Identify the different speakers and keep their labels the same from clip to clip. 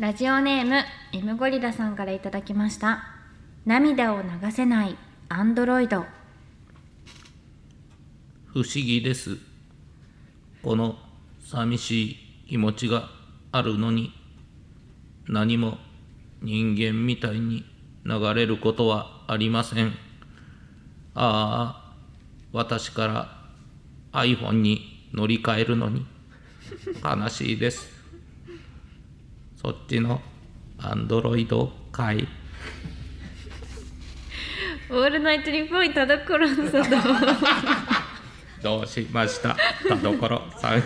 Speaker 1: ラジオネーム M ゴリラさんからいただきました涙を流せないアンドロイド
Speaker 2: 不思議ですこの寂しい気持ちがあるのに何も人間みたいに流れることはありませんああ私から iPhone に乗り換えるのに悲しいですそっちのアンドロイドかい
Speaker 1: オールナイトリポイント田所 さん
Speaker 2: どうしました田所さん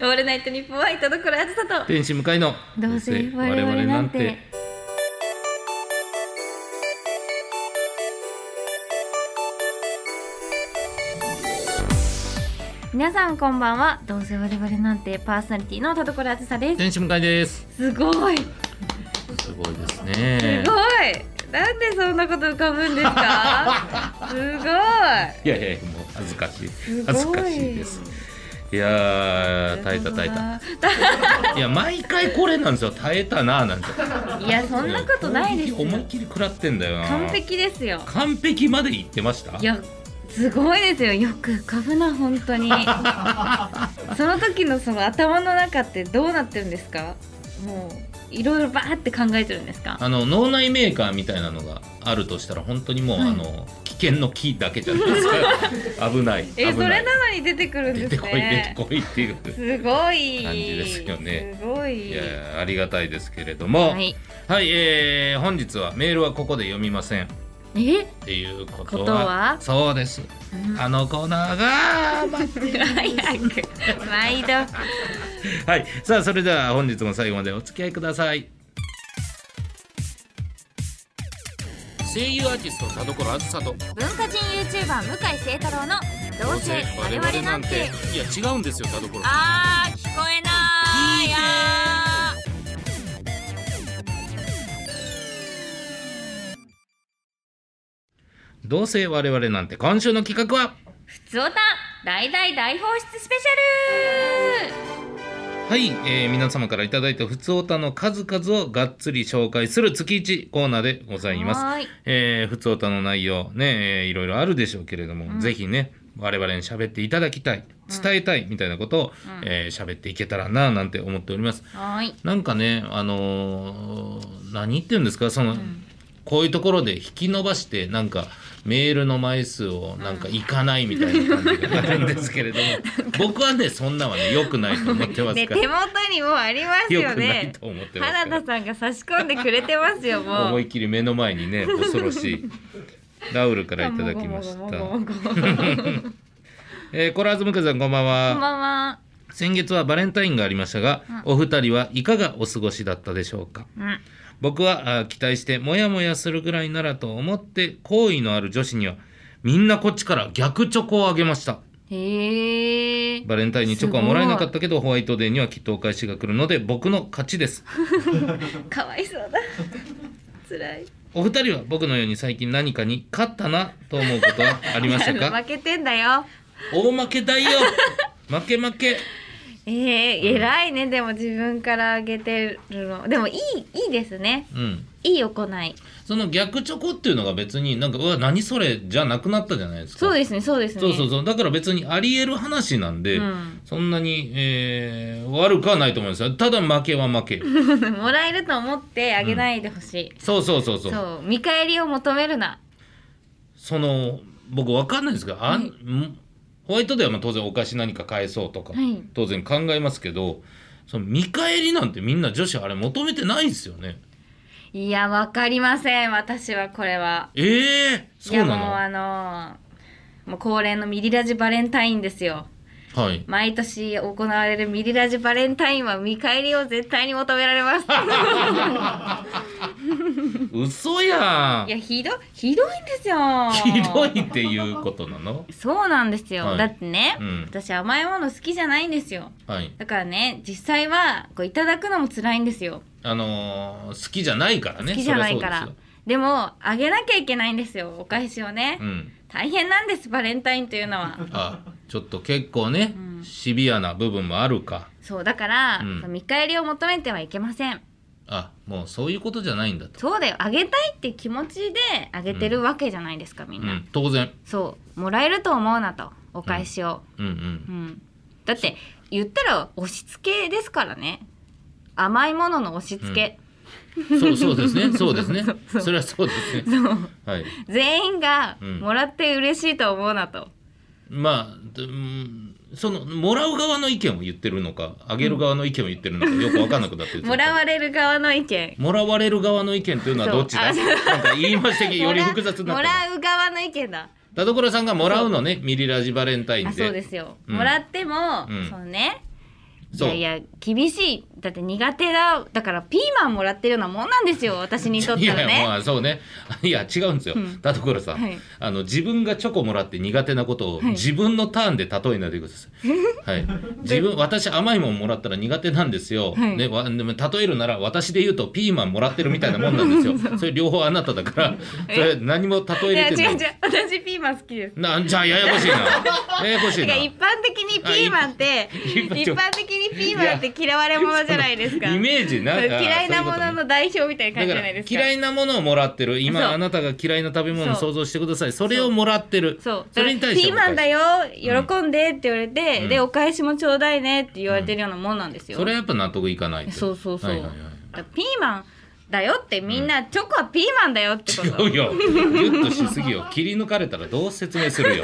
Speaker 1: オールナイトニッポンは田所あずさと
Speaker 2: 天使向かいの
Speaker 1: どうせ我々なんて皆さんこんばんはどうせ我々なんてパーソナリティの田所あずさです
Speaker 2: 天使向かいです
Speaker 1: すごいす
Speaker 2: すごいです
Speaker 1: ごい
Speaker 2: ね
Speaker 1: なんでそんなこと浮かぶんです かすご
Speaker 2: いやいやもう恥ずかしい
Speaker 1: すごい
Speaker 2: 恥ずかしいですいやー
Speaker 1: い
Speaker 2: 耐えた耐えたいや毎回これなんですよ耐えたなーなんですよ
Speaker 1: いやそんなことないですよ
Speaker 2: 思いっきり食らってんだよな
Speaker 1: 完璧ですよ
Speaker 2: 完璧まで言ってました
Speaker 1: いやすごいですよよく浮かぶな本 当にその時のその頭の中ってどうなってるんですかもういろいろバーって考えてるんですか
Speaker 2: あの脳内メーカーみたいなのがあるとしたら本当にもう、
Speaker 1: はい
Speaker 2: あの危険の木だけじゃないです か危ない危な
Speaker 1: え
Speaker 2: い
Speaker 1: それなのに出てくるん
Speaker 2: 出
Speaker 1: で
Speaker 2: て
Speaker 1: す
Speaker 2: こい出て
Speaker 1: ね
Speaker 2: こいっていう
Speaker 1: すごい
Speaker 2: 感じですよね
Speaker 1: すごい
Speaker 2: いやーありがたいですけれどもは、
Speaker 1: はいい
Speaker 2: えー本日はメールはここで読みませんっ
Speaker 1: え
Speaker 2: ていうこ
Speaker 1: こ
Speaker 2: とは
Speaker 1: とは
Speaker 2: そうです
Speaker 1: うん
Speaker 2: あのコーナーがま
Speaker 1: 早く毎度
Speaker 2: はいさあそれでは本日も最後までお付き合いください声優アーティスト田所あずさと
Speaker 1: 文化人 YouTuber 向井聖太郎の「どうせ我々なんて
Speaker 2: いや違うんですよ田所」
Speaker 1: あー聞こえないあー
Speaker 2: どうせ我々なんて今週の企画は
Speaker 1: 「つおた大大大放出スペシャル」
Speaker 2: はい、えー皆様からいただいたふつおたの数々をがっつり紹介する月1コーナーでございます
Speaker 1: はーい
Speaker 2: えー、ふつおたの内容ね、えーいろいろあるでしょうけれども、
Speaker 1: うん
Speaker 2: ぜひね我々に喋っていただきたい伝えたいみたいなことを、
Speaker 1: うん
Speaker 2: えー喋っていけたらななんて思っております
Speaker 1: はーい
Speaker 2: なんかねあのー何言ってるんですかその、
Speaker 1: ん
Speaker 2: こういうところで引き伸ばしてなんかメールの枚数をなんかいかないみたいな感じがあるんですけ れども、僕はねそんなんはね良くないと思ってます
Speaker 1: で
Speaker 2: か
Speaker 1: 手
Speaker 2: ら
Speaker 1: 元にもうあります
Speaker 2: 良
Speaker 1: よ
Speaker 2: くない
Speaker 1: ね
Speaker 2: と思ってますか
Speaker 1: 花
Speaker 2: ら
Speaker 1: 田さんが差し込んでくれてますよも
Speaker 2: 思
Speaker 1: う
Speaker 2: いっきり目の前 にね恐ろしいラウルからいただきまし
Speaker 1: も
Speaker 2: た
Speaker 1: ご。もごもごもごこん
Speaker 2: えー、コラーズムカさんこんばんは
Speaker 1: ばんは
Speaker 2: 先月はバレンタインがありましたが、お二人はいかがお過ごしだったでしょうか
Speaker 1: うん
Speaker 2: 僕はあー期待してモヤモヤするぐらいならと思って好意のある女子にはみんなこっちから逆チョコをあげました
Speaker 1: へえ
Speaker 2: バレンタインにチョコはもらえなかったけどホワイトデーにはきっとお返しが来るので僕の勝ちです
Speaker 1: かわいそうだ辛い
Speaker 2: お二人は僕のように最近何かに勝ったなと思うことはありまし たか
Speaker 1: 負けてんだよ
Speaker 2: 大負 けだよ負け負け
Speaker 1: ええ偉いねでも自分からあげてるのでもいいいいですね
Speaker 2: うん
Speaker 1: いい行い
Speaker 2: その逆チョコっていうのが別になんかうわ何それじゃなくなったじゃないですか
Speaker 1: そうですねそうですね
Speaker 2: そうそうそうだから別にあり得る話なんで、
Speaker 1: うん
Speaker 2: そんなに、えー悪くはないと思うんですよただ負けは 負け
Speaker 1: もらえると思ってあげないでほしい、
Speaker 2: そうそうそうそうそ
Speaker 1: そう見返りを求めるな
Speaker 2: の僕わかんないですけどあん、
Speaker 1: はい
Speaker 2: んホワイトデーはまあ当然お菓子何か返そうとか、
Speaker 1: はい
Speaker 2: 当然考えますけどその見返りなんてみんな女子あれ求めてないですよね
Speaker 1: いやわかりません私はこれは
Speaker 2: ええそうない
Speaker 1: やもうあ
Speaker 2: の
Speaker 1: のーもう恒例のミリラジバレンタインですよ
Speaker 2: はい
Speaker 1: 毎年行われるミリラジバレンタインは見返りを絶対に求められます
Speaker 2: 嘘やん
Speaker 1: いやひどひどいんですよ
Speaker 2: ひどいっていうことなの
Speaker 1: そうなんですよ、
Speaker 2: はい
Speaker 1: だってね、
Speaker 2: うん
Speaker 1: 私甘いもの好きじゃないんですよ
Speaker 2: はい
Speaker 1: だからね実際はこういただくのも辛いんですよ
Speaker 2: あのー好きじゃないからね
Speaker 1: 好きじゃないから、
Speaker 2: そりゃそう
Speaker 1: でもあげなきゃいけないんですよお返しをね、
Speaker 2: ですようん
Speaker 1: 大変なん ですバレンタインというのは
Speaker 2: あちょっと結構ね、シビアな部分もあるか
Speaker 1: そうだから、
Speaker 2: うん
Speaker 1: その見返りを求めてはいけません
Speaker 2: あもうそういうことじゃないんだと、
Speaker 1: そうだよあげたいって気持ちであげてるわけじゃないですか、み
Speaker 2: うん
Speaker 1: な、
Speaker 2: ん、当然
Speaker 1: そうもらえると思うなとお返しを、
Speaker 2: うんう
Speaker 1: うん
Speaker 2: ん
Speaker 1: だって言ったら押し付けですからね甘いものの押し付け、
Speaker 2: そうそうで すねそうですね
Speaker 1: そう
Speaker 2: それはそうですね
Speaker 1: そう
Speaker 2: はい
Speaker 1: 全員が
Speaker 2: うん
Speaker 1: もらって嬉しいと思うなと、
Speaker 2: まあでうんそのもらう側の意見を言ってるのかあげる側の意見を言ってるのかよく分かんなくなってる
Speaker 1: もらわれる側の意見
Speaker 2: もらわれる側の意見というのはどっ ちだ
Speaker 1: そ
Speaker 2: なんか言いましたけどより複雑になっ
Speaker 1: も
Speaker 2: た
Speaker 1: ら
Speaker 2: な
Speaker 1: もらう側の意見だ
Speaker 2: 田所さんがもらうのねミリラジバレンタイン
Speaker 1: あ
Speaker 2: で
Speaker 1: そうですよ、
Speaker 2: うん
Speaker 1: もらっても、
Speaker 2: うん
Speaker 1: そうねい
Speaker 2: そう
Speaker 1: やいや厳しいだって苦手だだからピーマンもらってるようなもんなんですよ私にとっ
Speaker 2: い
Speaker 1: ては
Speaker 2: やいや
Speaker 1: ね
Speaker 2: まあそうね いや違うんですよ、
Speaker 1: うん
Speaker 2: 田所さん、
Speaker 1: はい
Speaker 2: あの自分がチョコもらって苦手なことを
Speaker 1: はい
Speaker 2: 自分のターンで例えないでくださ い、はい、自分私甘いもんもらったら苦手なんですよ、
Speaker 1: はい
Speaker 2: ね、わでも例えるなら私で言うとピーマンもらってるみたいなもんなんです よそれ両方あなただからそれ何も例
Speaker 1: い
Speaker 2: え
Speaker 1: や
Speaker 2: れ
Speaker 1: 違う
Speaker 2: てな
Speaker 1: 違
Speaker 2: い
Speaker 1: う私ピーマン好きです
Speaker 2: なんじゃあややこし いなややこしい
Speaker 1: て
Speaker 2: な
Speaker 1: か一般的にピーマンって一
Speaker 2: あい
Speaker 1: 般的にピーマンって嫌われ者じゃないですか
Speaker 2: イメージなあー
Speaker 1: 嫌いなも
Speaker 2: そういうこと
Speaker 1: の
Speaker 2: ね
Speaker 1: の代表みたいな感じ
Speaker 2: だか
Speaker 1: じゃ
Speaker 2: ら
Speaker 1: ないですか
Speaker 2: 嫌いなものをもらってる
Speaker 1: そう
Speaker 2: 今あなたが嫌いな食べ物を想像してくださいそれをもらってる
Speaker 1: そう
Speaker 2: それに対して
Speaker 1: ピーマンだ
Speaker 2: よ
Speaker 1: よ喜んでって言われて、
Speaker 2: うん
Speaker 1: でお返しもちょうだいねって言われてるようなもんなんですよ、
Speaker 2: それはやっぱ納得いかないと
Speaker 1: そうそうそう、
Speaker 2: はいはいはい
Speaker 1: だからピーマンだよってみんな、チョコはピーマンだよってこと
Speaker 2: 違うよギュッとしすぎ よ切り抜かれたらどう説明するよ、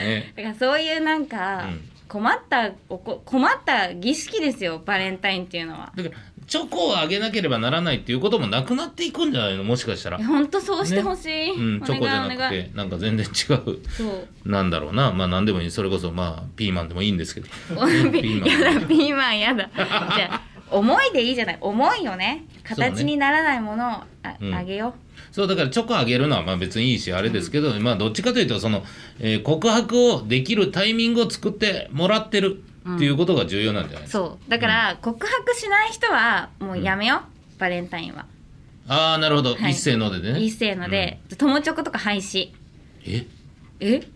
Speaker 2: ね、
Speaker 1: だからそういうなんか、
Speaker 2: うん
Speaker 1: 困ったおこ困った儀式ですよバレンタインっていうのは
Speaker 2: だからチョコをあげなければならないっていうこともなくなっていくんじゃないのもしかしたら、
Speaker 1: いうや
Speaker 2: ん、
Speaker 1: ほんとそうしてほしい、
Speaker 2: チョコじゃ
Speaker 1: お
Speaker 2: な
Speaker 1: 願
Speaker 2: く
Speaker 1: いお願い
Speaker 2: てなんか全然違う
Speaker 1: そう
Speaker 2: なんだろうなまあ何でもいいそれこそまあピーマンでもいいんです けど
Speaker 1: ピ
Speaker 2: ピー
Speaker 1: ー
Speaker 2: マン
Speaker 1: マンやだピーマンやだじゃあ思いでいいじゃない思いよね
Speaker 2: そうね
Speaker 1: 形にならないものをあ,、
Speaker 2: うん
Speaker 1: げよ
Speaker 2: そうだからチョコあげるのはまあ別にいいしあれですけど、まあどっちかというとその、えー告白をできるタイミングを作ってもらってるっていうことが重要なんじゃないですか、
Speaker 1: そうだから、告白しない人はもうやめよ、うバレンタインは、
Speaker 2: ああなるほど、
Speaker 1: はい
Speaker 2: 一斉のでね
Speaker 1: いいせーので、友チョコとか廃止
Speaker 2: え
Speaker 1: え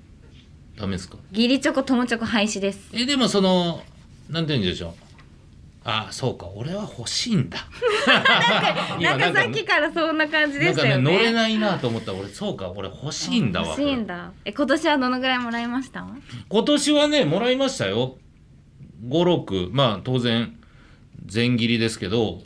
Speaker 2: ダメですか
Speaker 1: 義理チョコ友チョコ廃止です
Speaker 2: えでもそのなんて言うんでしょうああそうか俺は欲しいんだ
Speaker 1: な
Speaker 2: 今
Speaker 1: んかさっきからそんな感じ
Speaker 2: な
Speaker 1: で
Speaker 2: ん
Speaker 1: し
Speaker 2: か
Speaker 1: た
Speaker 2: ね
Speaker 1: よね
Speaker 2: 乗れないなと思った俺そうか俺欲しいんだわ
Speaker 1: 欲しいんだえ今年はどのぐらいもらいました
Speaker 2: 今年はねもらいましたよ56まあ当然全切りですけど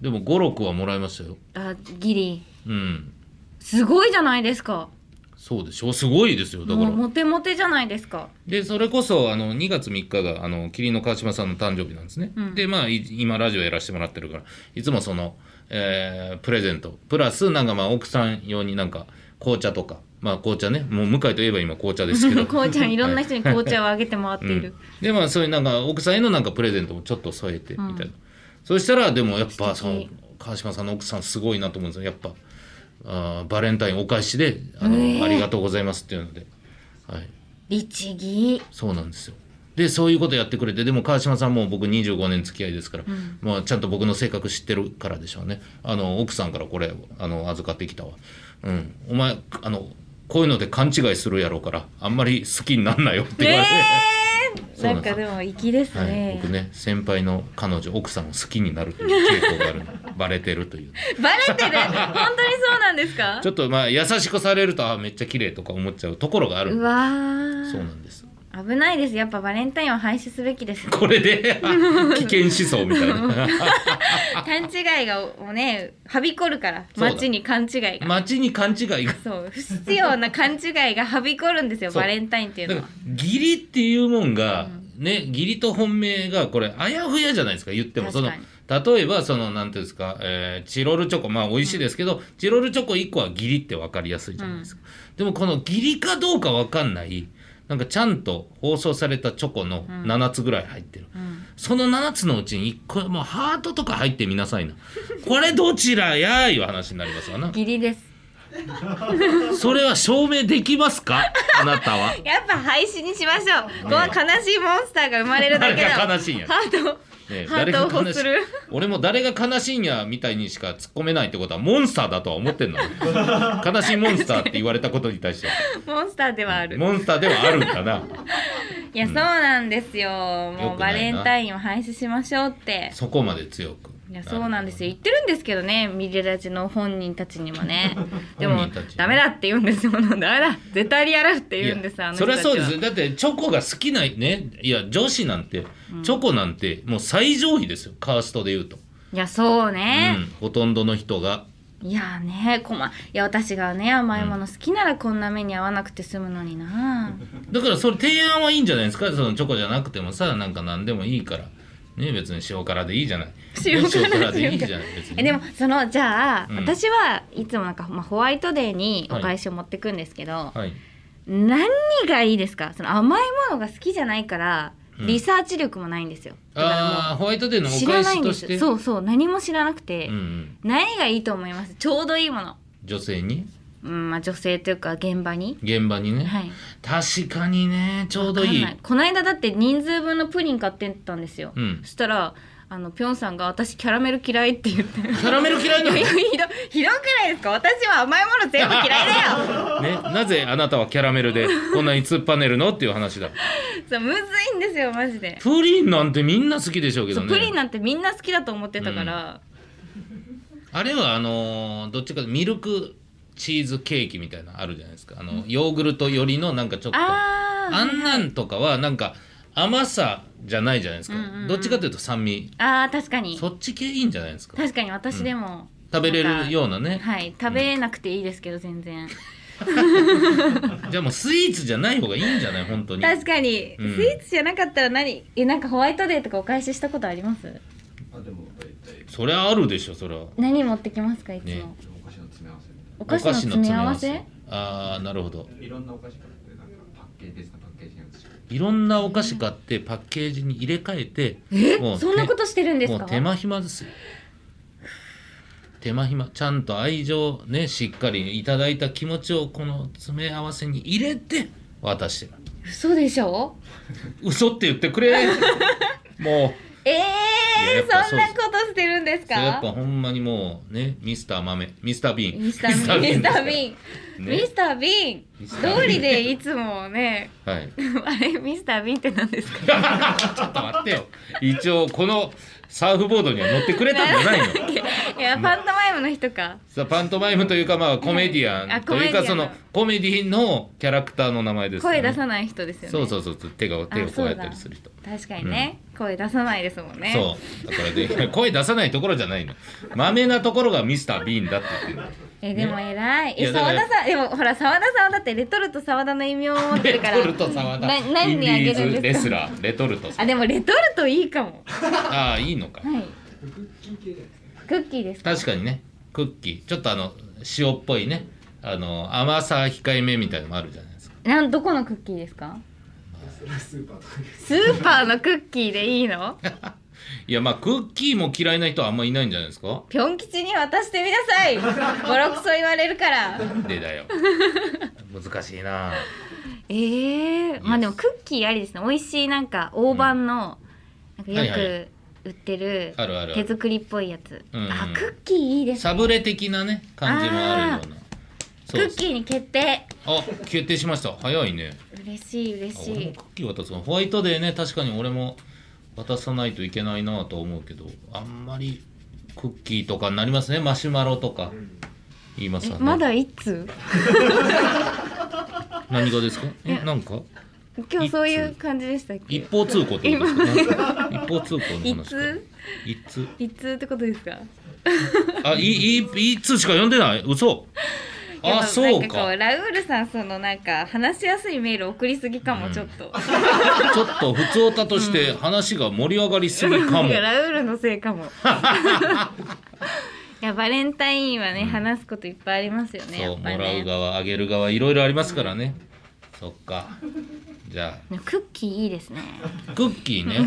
Speaker 2: でも56はもらいましたよ
Speaker 1: あギリ
Speaker 2: うん
Speaker 1: すごいじゃないですか
Speaker 2: そうでしょうすごいですよだか
Speaker 1: もう
Speaker 2: ら
Speaker 1: モテモテじゃないですか
Speaker 2: でそれこそあの2月3日があの麒麟の川島さんの誕生日なんですね、
Speaker 1: うん
Speaker 2: でまあい今ラジオやらせてもらってるからいつもその、えープレゼントプラスなんかまあ奥さん用になんか紅茶とかまあ紅茶ねもう向井といえば今紅茶です けど
Speaker 1: こうちゃんいろんな人に紅茶をあげて回っている、
Speaker 2: でまあそういうなんか奥さんへのなんかプレゼントもちょっと添えてみたいな、そしたらでもやっぱその川島さんの奥さんすごいなと思うんですよやっぱあーバレンタインお返しであの、
Speaker 1: えー
Speaker 2: ありがとうございます」っていうので、はい、
Speaker 1: 律儀
Speaker 2: そうなんですよでそういうことやってくれてでも川島さんも僕25年付き合いですから、
Speaker 1: うん
Speaker 2: まあ、ちゃんと僕の性格知ってるからでしょうねあの奥さんからこれあの預かってきたわ、うん、お前あのこういうので勘違いするやろうからあんまり好きになんなよって言われて。
Speaker 1: えー、
Speaker 2: そう
Speaker 1: な
Speaker 2: なん
Speaker 1: ん
Speaker 2: です
Speaker 1: かでも粋です
Speaker 2: はい、
Speaker 1: ね、
Speaker 2: 僕ね先輩の彼女奥さんを好きになるという傾向があるのバレてるという
Speaker 1: バレてる本当にそうなんですか
Speaker 2: ちょっとまあ優しくされるとあめっちゃ綺麗とか思っちゃうところがあ
Speaker 1: う
Speaker 2: る
Speaker 1: わ
Speaker 2: そうな
Speaker 1: ー
Speaker 2: んです
Speaker 1: 危ないですやっぱバレンタインは廃止すべき です
Speaker 2: これで危険思想みたいな
Speaker 1: 勘違いがおねはびこるから
Speaker 2: そうだ
Speaker 1: 街に勘違いが
Speaker 2: 街に勘違いが
Speaker 1: そう不必要な勘違いがはびこるんですよ
Speaker 2: そう
Speaker 1: バレンタインっていう
Speaker 2: だ
Speaker 1: の
Speaker 2: から
Speaker 1: は
Speaker 2: 義理っていうもんが、ね義理と本命がこれあやふやじゃないですか言ってもそ
Speaker 1: 確
Speaker 2: の
Speaker 1: かに
Speaker 2: 例えばそのなんていうんですか、えーチロルチョコまあ美味しいですけど、チロルチョコ1個は義理って分かりやすいじゃないですか、でもこの義理かどうか分かんないなんかちゃんと包装されたチョコの
Speaker 1: ん
Speaker 2: 7つぐらい入ってる、
Speaker 1: うん
Speaker 2: その7つのうちに1個もうハートとか入ってみなさいなこれどちらやーいう話になります わな
Speaker 1: 義理です
Speaker 2: それは証明できますかあなたは
Speaker 1: やっぱ廃止にしましょう、この
Speaker 2: ね
Speaker 1: 悲しいモンスターが生まれるだけ
Speaker 2: 誰
Speaker 1: だ
Speaker 2: が
Speaker 1: わ
Speaker 2: 悲しいんや
Speaker 1: ハート
Speaker 2: ねえ
Speaker 1: ハートを欲する
Speaker 2: 俺も誰が悲しいんやみたいにしか突っ込めないってことはモンスターだとは思っ てんの悲しいモンスターって言われたことに対して
Speaker 1: モンスターではある
Speaker 2: モンスターではあるんだな
Speaker 1: いや、そうなんですよ。も
Speaker 2: よくないな
Speaker 1: うバレンタインを廃止しましょうって。
Speaker 2: そこまで強く
Speaker 1: いや、そうなんですよ。言
Speaker 2: る
Speaker 1: ってるんですけどね、ミレラジの本人たちにも ね。でも
Speaker 2: 本人たちね、
Speaker 1: ダメだって言うんですよ。ダメだ絶対にやるって
Speaker 2: い
Speaker 1: 言
Speaker 2: や
Speaker 1: うんです、あの
Speaker 2: そ
Speaker 1: 人た
Speaker 2: りゃ
Speaker 1: ちは。
Speaker 2: そうですだってチョコが好きなねいや女子なんてチョコなんてもう最上位ですよカーストで言うと、
Speaker 1: いや、そうね。
Speaker 2: うん、ほとんどの人が
Speaker 1: いやねこまいや私がね甘いもの好きならこんな目に合わなくて済むのにな、
Speaker 2: だからそれ提案はいいんじゃないですかそのチョコじゃなくてもさなんか何でもいいからね別に塩辛でいいじゃない
Speaker 1: 塩辛
Speaker 2: でいいじゃない別に
Speaker 1: えでもそのじゃあ、
Speaker 2: うん
Speaker 1: 私はいつもなんか、まあ、ホワイトデーにお返しを持ってくんですけど、
Speaker 2: はい
Speaker 1: 何がいいですかその甘いものが好きじゃないから、
Speaker 2: うん
Speaker 1: リサーチ力もないんですよだ
Speaker 2: あ
Speaker 1: か
Speaker 2: あホワイトデー
Speaker 1: ら
Speaker 2: の
Speaker 1: も
Speaker 2: お
Speaker 1: う知ら
Speaker 2: 返
Speaker 1: ない
Speaker 2: し
Speaker 1: んで
Speaker 2: とし
Speaker 1: す
Speaker 2: て
Speaker 1: そうそう何も知らなくて、
Speaker 2: うんうん、
Speaker 1: 何がいいと思いますちょうどいいもの、
Speaker 2: 女性に
Speaker 1: うんまあ、女性というか現場に、
Speaker 2: 現場にね、
Speaker 1: はい
Speaker 2: 確かにねちょうどいい
Speaker 1: わかんなこの間だって人数分のプリン買ってったんですよ、
Speaker 2: うん
Speaker 1: そしたらあのピョンさんが私キャラメル嫌いって言って
Speaker 2: キャラメル嫌いなの
Speaker 1: いや ひどひどくないですか私は甘いもの全部嫌いだ よ
Speaker 2: ね、なぜあなたはキャラメルでこんなに突っぱねるのっていう話だ
Speaker 1: そうむずいんですよマジで、
Speaker 2: プリンなんてみんな好きでしょうけど
Speaker 1: そう
Speaker 2: ね
Speaker 1: プリンなんてみんな好きだと思ってたから、
Speaker 2: あれはあのーどっちかというとミルクチーズケーキみたいなのあるじゃないですかあのヨーグルトよりのなんかちょっと
Speaker 1: あー
Speaker 2: あんなんとかはなんか甘さじゃないじゃないですか、
Speaker 1: うんうんうん
Speaker 2: どっちかというと酸味
Speaker 1: あー確かに
Speaker 2: そっち系いいんじゃないですか
Speaker 1: 確かに私でも、
Speaker 2: 食べれるようなね、
Speaker 1: はい食べなくていいですけど全然
Speaker 2: じゃあもうスイーツじゃない方がいいんじゃない本当に
Speaker 1: 確かに、
Speaker 2: うん
Speaker 1: スイーツじゃなかったら何えなんかホワイトデーとかお返ししたことあります
Speaker 3: あでも大体
Speaker 2: そりゃあるでしょそれは
Speaker 1: 何持ってきますかいつも、
Speaker 2: ね
Speaker 3: お菓子の詰め合わせみた
Speaker 1: お菓子の詰め合わ
Speaker 2: お
Speaker 1: せ
Speaker 2: 菓子の詰め合わせあーなるほど
Speaker 3: いないろんなお菓子があってなんかパッケージ別のパッケージに移して
Speaker 2: いろんなお菓子買ってパッケージに入れ替えて
Speaker 1: え
Speaker 2: もう
Speaker 1: そんなことしてるんです
Speaker 2: も
Speaker 1: か
Speaker 2: う手間暇ですよ手間暇ちゃんと愛情ねしっかりいただいた気持ちをこの詰め合わせに入れて渡してる
Speaker 1: 嘘でしょ
Speaker 2: 嘘って言って くれもう
Speaker 1: え
Speaker 2: いやや
Speaker 1: え
Speaker 2: っ
Speaker 1: ー、
Speaker 2: ぱ
Speaker 1: そ
Speaker 2: そ
Speaker 1: ん
Speaker 2: うで
Speaker 1: な
Speaker 2: す
Speaker 1: ことしてるんです
Speaker 2: それやっ
Speaker 1: か
Speaker 2: ぱほんまにもうねミスター豆ミスタービーン
Speaker 1: ミスター・ビンミスター・ビン
Speaker 2: ン
Speaker 1: ミスター・ビン
Speaker 2: ミスター
Speaker 1: 通りでいつもね
Speaker 2: はい
Speaker 1: あれミスター・ビンって何ですか
Speaker 2: ちょっと待ってよ一応このサーフボードには乗ってくれたんじゃないの
Speaker 1: いやパントマイムの人か
Speaker 2: さパントマイムというかまあコメディア
Speaker 1: あ
Speaker 2: ンとい
Speaker 1: コメデ
Speaker 2: うか
Speaker 1: ィア
Speaker 2: そ
Speaker 1: ンの
Speaker 2: のコメディのキャラクターの名前ですよね
Speaker 1: 声出さない人ですよね
Speaker 2: そうそうそう手が手をこうやったりする人
Speaker 1: 確かにね、声出さないですもんね
Speaker 2: そうだからで声出さないところじゃないのまめなところがミスター・ビーンだって言ってるの
Speaker 1: えでも偉い、
Speaker 2: い
Speaker 1: え
Speaker 2: やだか
Speaker 1: 澤
Speaker 2: ら
Speaker 1: 田さんでもほら澤田さんはだってレトルト澤田の異名を持って
Speaker 2: レ
Speaker 1: るか
Speaker 2: ト
Speaker 1: ら
Speaker 2: ルト沢田
Speaker 1: な
Speaker 2: イン
Speaker 1: 何
Speaker 2: デ
Speaker 1: にあ
Speaker 2: ィ
Speaker 1: げる
Speaker 2: ーズ
Speaker 1: ん
Speaker 2: レ
Speaker 1: です
Speaker 2: ス
Speaker 1: か
Speaker 2: ラーレトルトさ
Speaker 1: あ
Speaker 2: ん
Speaker 1: でもレトルトいいかも
Speaker 2: ああいいのか
Speaker 1: はい
Speaker 3: クッキー系じゃないです
Speaker 1: ク
Speaker 3: か
Speaker 1: ッキーですか
Speaker 2: 確かにねクッキーちょっとあの塩っぽいねあの甘さ控えめみたいのもあるじゃないですか
Speaker 1: なんどこのクッキーですか
Speaker 3: それはスーパーとかです
Speaker 1: スーパーのクッキーでいい の
Speaker 2: いやまあクッキーも嫌いな人はあんまいないんじゃないですか
Speaker 1: ピョン吉に渡してみなさいボロクソ言われるから
Speaker 2: でだよ難しいな
Speaker 1: ええまあでもクッキーありですね美味しいなんか大判の、なんかよ
Speaker 2: はいは
Speaker 1: く売ってる
Speaker 2: あるあるあ
Speaker 1: 手
Speaker 2: る
Speaker 1: 作りっぽいやつ、
Speaker 2: うんうん
Speaker 1: あクッキーいいです
Speaker 2: サブレ的なね感じもあるような
Speaker 1: ク
Speaker 2: そう
Speaker 1: ッ
Speaker 2: そう
Speaker 1: キーに決定
Speaker 2: あ決定しました早いね
Speaker 1: 嬉しい嬉
Speaker 2: あ
Speaker 1: し
Speaker 2: 俺も
Speaker 1: い
Speaker 2: クッキー渡すのホワイトデーね確かに俺も渡さないといけないなと思うけどあんまりクッキーとかになりますねマシュマロとか言いますわ
Speaker 1: え
Speaker 2: ね
Speaker 1: まだ一通
Speaker 2: 何がですかえ
Speaker 1: え
Speaker 2: なんか
Speaker 1: 今日そういう感じでしたっけ
Speaker 2: 一方通行ってことですか一方通行の
Speaker 1: 一
Speaker 2: 話か
Speaker 1: 通
Speaker 2: 一通
Speaker 1: 一通ってことですか
Speaker 2: あいいい一通しか読んでない嘘
Speaker 1: いや
Speaker 2: あそう
Speaker 1: なんかこ
Speaker 2: か
Speaker 1: うラウールさんそのなんか話しやすいメール送りすぎかも、
Speaker 2: うん
Speaker 1: ちょっと
Speaker 2: ちょっと普通歌として話が盛り上がりすぎかも、
Speaker 1: いや ラウールのせいかも いやバレンタインはね、話すこといっぱいありますよねや
Speaker 2: そう
Speaker 1: っ
Speaker 2: も
Speaker 1: ぱり
Speaker 2: らう
Speaker 1: ね
Speaker 2: 側あげる側いろいろありますからね、そっかじゃあ
Speaker 1: クッキーいいですね
Speaker 2: クッキ ーね。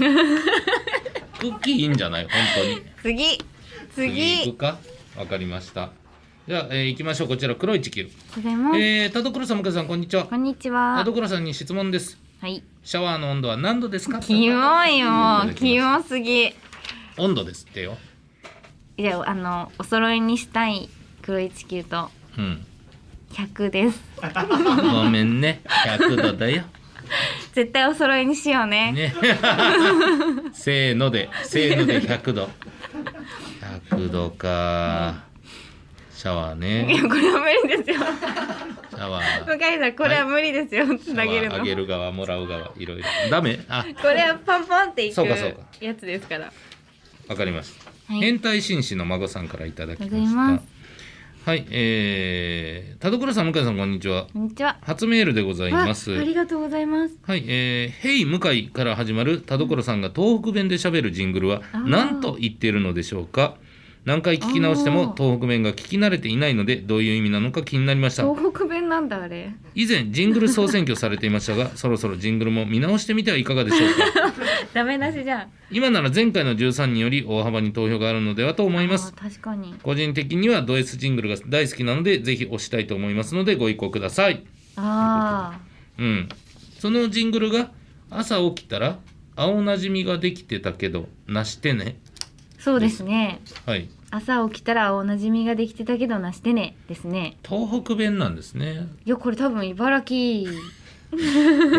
Speaker 2: クッキーいいんじゃない本当に。
Speaker 1: 次
Speaker 2: 行
Speaker 1: 次
Speaker 2: くかわかりました。じゃあ、えー行きましょう。こちら、黒い地球。
Speaker 1: これも、
Speaker 2: えー、田所さん、向井さん、こんにちは
Speaker 1: こ。んにち
Speaker 2: 田
Speaker 1: は
Speaker 2: 所さんに質問です。
Speaker 1: はい
Speaker 2: シャワーの温度は何度ですか
Speaker 1: キモい
Speaker 2: いただきま
Speaker 1: よ
Speaker 2: す
Speaker 1: キモすぎ
Speaker 2: 温度ですってよ。
Speaker 1: いやあのお揃いにしたい黒い地球と
Speaker 2: うん。
Speaker 1: 100です
Speaker 2: ごめんね。100度だよ。
Speaker 1: 絶対お揃いにしようね
Speaker 2: ねせーのでせーので100度100度かシャワー
Speaker 1: い
Speaker 2: ね
Speaker 1: やこれは無理ですよ
Speaker 2: シャワー
Speaker 1: 向井さんこれは無理ですよ、
Speaker 2: シ
Speaker 1: つ
Speaker 2: ャ
Speaker 1: なげる
Speaker 2: ワー
Speaker 1: の
Speaker 2: あげる側もらう側いろいろダメあ
Speaker 1: これはパンパンっていく
Speaker 2: そうかそうか
Speaker 1: やつですから
Speaker 2: わかりました、
Speaker 1: はい
Speaker 2: 変態紳士の孫さんからいただきま
Speaker 1: ありがとうございま
Speaker 2: したはいえー、田所さん向井さんこんにちは
Speaker 1: こんにちは
Speaker 2: 初メールでございます
Speaker 1: あありがとうございます
Speaker 2: はい、えー、ヘイ向井から始まる田所さんが東北弁で喋るジングルは
Speaker 1: あー
Speaker 2: 何と言っているのでしょうか何回聞き直して
Speaker 1: あ
Speaker 2: も
Speaker 1: ー
Speaker 2: 東北弁が聞き慣れていないのでどういう意味なのか気になりました
Speaker 1: 東北弁なんだあれ
Speaker 2: 以前ジングル総選挙されていました がそろそろジングルも見直してみてはいかがでしょうか
Speaker 1: ダメ出しじゃん
Speaker 2: 今なら前回の13人より大幅に投票があるのではと思います
Speaker 1: あー確かに
Speaker 2: 個人的にはド S ジングルが大好きなのでぜひ推したいと思いますのでご意向ください
Speaker 1: あ
Speaker 2: うん、そのジングルが朝起きたら青なじみができてたけどなしてね
Speaker 1: ーそうですね
Speaker 2: はい
Speaker 1: 朝起きたらおなじみができてたけどなしてねですね
Speaker 2: 東北弁なんです ね
Speaker 1: いやこれ多分茨城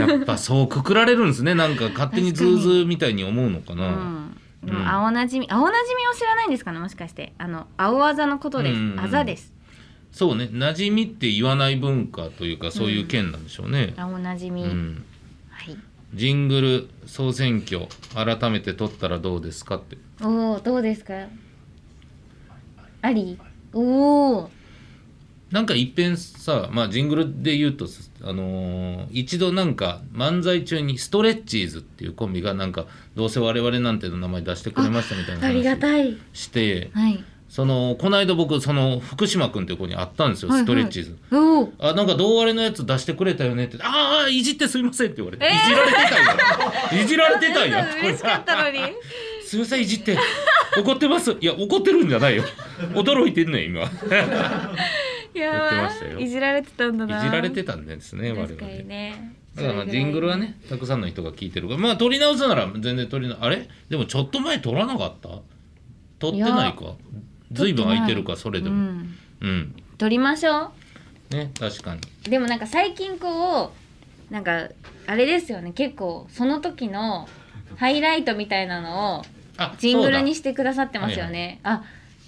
Speaker 2: やっぱそうくくられるんですねなんか勝手にズーズーみたいに思うのか
Speaker 1: う、
Speaker 2: なんうん
Speaker 1: でも青なじみ青なじみを知らないんですかねもしかしてあの青あざのことです、
Speaker 2: うん
Speaker 1: あざです
Speaker 2: そうねなじみって言わない文化というかそういう県なんでしょうね、
Speaker 1: 青なじみ、
Speaker 2: うん、
Speaker 1: はい
Speaker 2: ジングル総選挙改めて取ったらどうですかって
Speaker 1: おおどうですかありおお
Speaker 2: なんか一遍さ、まあ、ジングルで言うと、あのー一度なんか漫才中にストレッチーズっていうコンビがなんかどうせ我々なんての名前出してくれましたみたいな
Speaker 1: ありが
Speaker 2: 話
Speaker 1: たい
Speaker 2: して
Speaker 1: はい
Speaker 2: そのこの間僕その福島君っていう子に会ったんですよ、
Speaker 1: はいはい
Speaker 2: ストレッチーズ。
Speaker 1: おお
Speaker 2: あなんか同割れのやつ出してくれたよねって「ああいじってすいません」って言われて、
Speaker 1: えー
Speaker 2: いじられてた んやいじられてたんや
Speaker 1: 嬉しかったのに
Speaker 2: すいませんいじって怒ってますいや怒ってるんじゃないよ驚いてんねん今いや
Speaker 1: や
Speaker 2: って
Speaker 1: ば
Speaker 2: ましたよ
Speaker 1: いいじられてたんだない
Speaker 2: じられてたんですね我
Speaker 1: 確
Speaker 2: 々
Speaker 1: かにね
Speaker 2: だからまあジングルはねたくさんの人が聞いてるからまあ撮り直すなら全然撮りなあれでもちょっと前撮らなかった撮ってないかずいぶん空いてるかそれでも
Speaker 1: うん
Speaker 2: うん、
Speaker 1: 撮りましょ
Speaker 2: ね確かに
Speaker 1: うでもなんか最近こうなんかあれですよね結構その時のハイライトみたいなのを
Speaker 2: あ
Speaker 1: ジングルに
Speaker 2: そう
Speaker 1: してくださってますよね。あ、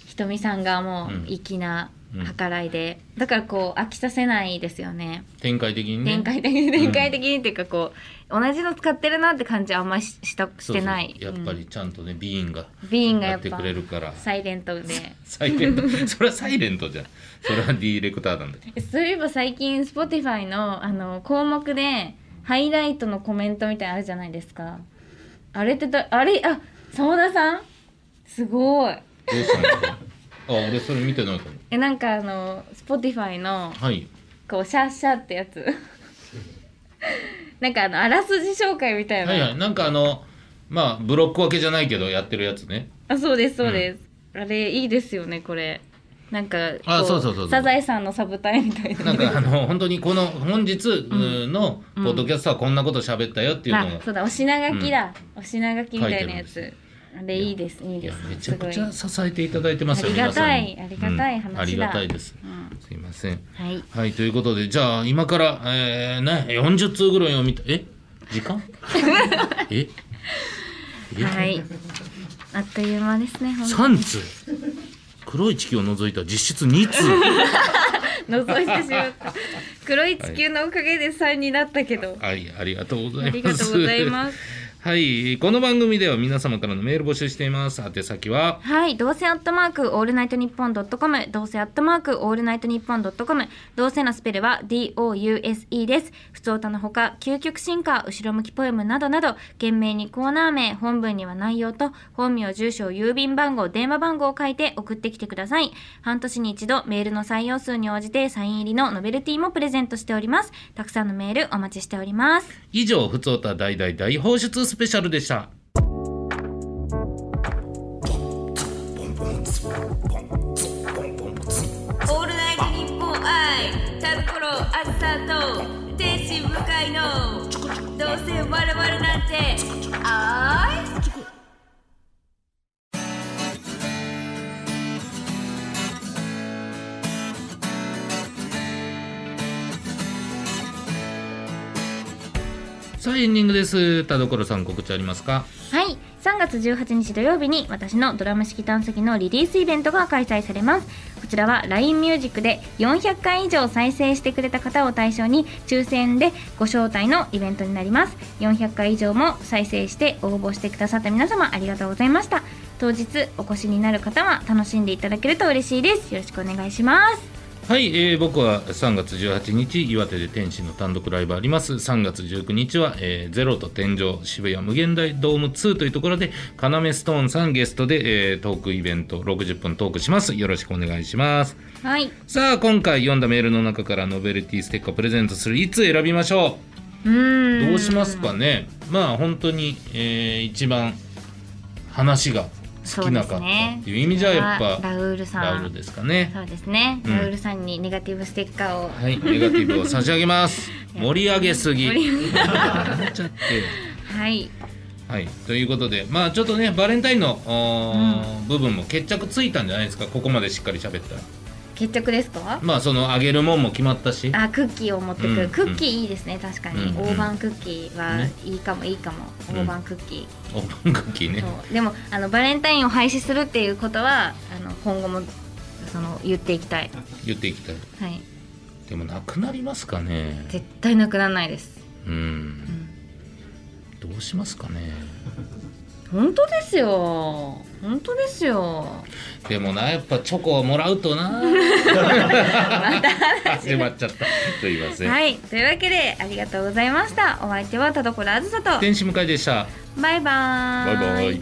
Speaker 1: ひとみさんがも
Speaker 2: うん
Speaker 1: う粋な
Speaker 2: うん
Speaker 1: 計らいで、だからこう飽きさせないですよね。
Speaker 2: だ展開的にね
Speaker 1: 展開的に展開的にっていうかこう同じの使ってるなって感じはあんまししたし
Speaker 2: そうそう
Speaker 1: てない。
Speaker 2: やっぱりちゃんとねビーンが
Speaker 1: うん、ビーンが
Speaker 2: や
Speaker 1: やっ
Speaker 2: って
Speaker 1: ぱ
Speaker 2: くれるから
Speaker 1: サイレントで。
Speaker 2: サイレント それはサイレントじゃんそれはディレクターなんだけど
Speaker 1: そういえば最近 Spotify のあの項目でハイライトのコメントみたいなのあるじゃないですか。あれってだあれあ澤田さんすごい。
Speaker 2: どうしたんですかあ俺それ見てないかも
Speaker 1: えなんかあの Spotify の
Speaker 2: はい
Speaker 1: こうシャッシャってやつ なんかあのあらすじ紹介みたいな、
Speaker 2: はいはいなんかあのまあブロック分けじゃないけどやってるやつね
Speaker 1: あそうですそうです、あれいいですよねこれなんかこ
Speaker 2: あそうそうそうそう
Speaker 1: サザエさんのサブタイみたいな
Speaker 2: なんかあの本当にこの本日のポッドキャストはこんなこと喋ったよっていうのが、
Speaker 1: あそうだお品書きだ、お品書きみたいなや
Speaker 2: 書い
Speaker 1: つあれいいですいい
Speaker 2: い
Speaker 1: で
Speaker 2: や
Speaker 1: す
Speaker 2: めちゃくちゃ
Speaker 1: す
Speaker 2: 支えていただいてますよ
Speaker 1: ありがたい
Speaker 2: 皆さ
Speaker 1: あ
Speaker 2: んに
Speaker 1: りがたい話だ
Speaker 2: ありがたいです
Speaker 1: ごい、うん、
Speaker 2: すいません
Speaker 1: はい
Speaker 2: はいということでじゃあ今から、えー、ね40通ぐらいを見たえ時 間ええ
Speaker 1: はいあっという間ですねほん
Speaker 2: 3通黒い地球を除いた実質2通
Speaker 1: 覗いてしまった黒い地球のおかげで3になったけど、
Speaker 2: はいありがとうござ
Speaker 1: あ
Speaker 2: います
Speaker 1: りがとうございます
Speaker 2: はい、この番組では皆様からのメール募集しています。宛先は、
Speaker 1: はい、どうせアットマークオールナイトニッポンドットコム、どうせアットマークオールナイトニッポンドットコム、どうせのスペルは DOUSE です。普通歌のほか、究極進化、後ろ向きポエムなどなど、懸命にコーナー名、本文には内容と、本名、住所、郵便番号、電話番号を書いて送ってきてください。半年に一度、メールの採用数に応じてサイン入りのノベルティもプレゼントしております。たくさんのメールお待ちしております。
Speaker 2: 以上、ふつおた大大大放出スペシャルでした。
Speaker 1: オールナイトニッポン愛タルコロアスターと天使向かいのどうせ我々なんてあい
Speaker 2: さあエンディングです田所さん告知ありますか
Speaker 1: はい3月18日土曜日に私のドラム式探査機のリリースイベントが開催されますこちらは LINE ミュージックで400回以上再生してくれた方を対象に抽選でご招待のイベントになります400回以上も再生して応募してくださった皆様ありがとうございました当日お越しになる方は楽しんでいただけると嬉しいですよろしくお願いします
Speaker 2: はい、えー僕は3月18日岩手で天使の単独ライブあります3月19日は、えーゼロと天井渋谷無限大ドーム2というところで要ストーンさんゲストで、えートークイベント60分トークしますよろしくお願いします
Speaker 1: はい
Speaker 2: さあ今回読んだメールの中からノベルティステッカープレゼントするいつ選びましょ
Speaker 1: うー
Speaker 2: うんどうしますかねまあ本当に、えー一番話が好きな方っていう意味じゃやっ
Speaker 1: そうですね
Speaker 2: ぱ
Speaker 1: ラウールさん
Speaker 2: ラウルですかね
Speaker 1: そうですね、
Speaker 2: うん
Speaker 1: ラウールさんにネガティブステッカーを
Speaker 2: はい、ネガティブを差し上 げます。盛り上げすぎ。
Speaker 1: 盛り
Speaker 2: なっちゃって。
Speaker 1: はい
Speaker 2: はい、ということで、まあ、ちょっとね、バレンタインの、おー部分も決着ついたんじゃないですか。ここまでしっかり喋ったら。
Speaker 1: 決着ですか
Speaker 2: まあ、そのあげるもんも決まったし。
Speaker 1: あクッキーを持ってくる、
Speaker 2: うん
Speaker 1: クッキーいいですね確かに、
Speaker 2: うん
Speaker 1: 大判クッキーは
Speaker 2: ね
Speaker 1: いいかもいいかも、
Speaker 2: うん
Speaker 1: 大判クッキ
Speaker 2: オープンクッキー
Speaker 1: ー、
Speaker 2: ね。
Speaker 1: そうでもあのバレンタインを廃止するっていうことはあの今後もその言っていきたい、
Speaker 2: 言っていきたい。
Speaker 1: はい、
Speaker 2: でも、なくなりますかね。
Speaker 1: 絶対なくならないです、
Speaker 2: う、
Speaker 1: うんん、
Speaker 2: どうしますかね。
Speaker 1: 本当ですよ本当ですよ
Speaker 2: でもな、やっぱチョコをもらうとな。始まっちゃった。すいません。
Speaker 1: はいというわけでありがとうございましたお相手は田所あずさと
Speaker 2: 天使迎えでした。
Speaker 1: バイバーイ
Speaker 2: バイバイ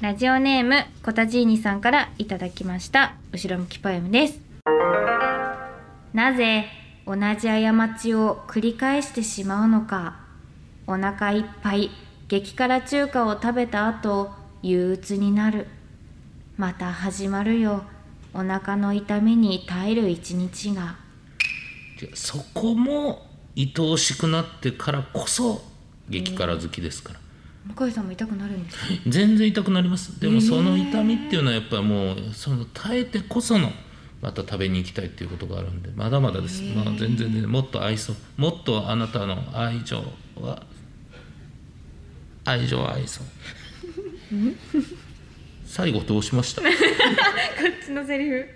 Speaker 1: ラジオネームコタジーニさんからいただきました後ろ向きポエムですなぜ同じ過ちを繰り返してしまうのかお腹いっぱい激辛中華を食べた後憂鬱になるまた始まるよお腹の痛みに耐える一日が
Speaker 2: じゃあそこも愛おしくなってからこそ激辛好きですから、
Speaker 1: 向井さんも痛くなるんですか
Speaker 2: 全然痛くなりますでもその痛みっていうのはやっぱりもうその耐えてこそのまた食べに行きたいっていうことがあるんでまだまだです、まあ、全然全然もっと愛想もっとあなたの愛情は愛情は愛想最後どうしました
Speaker 1: こっちのセリフ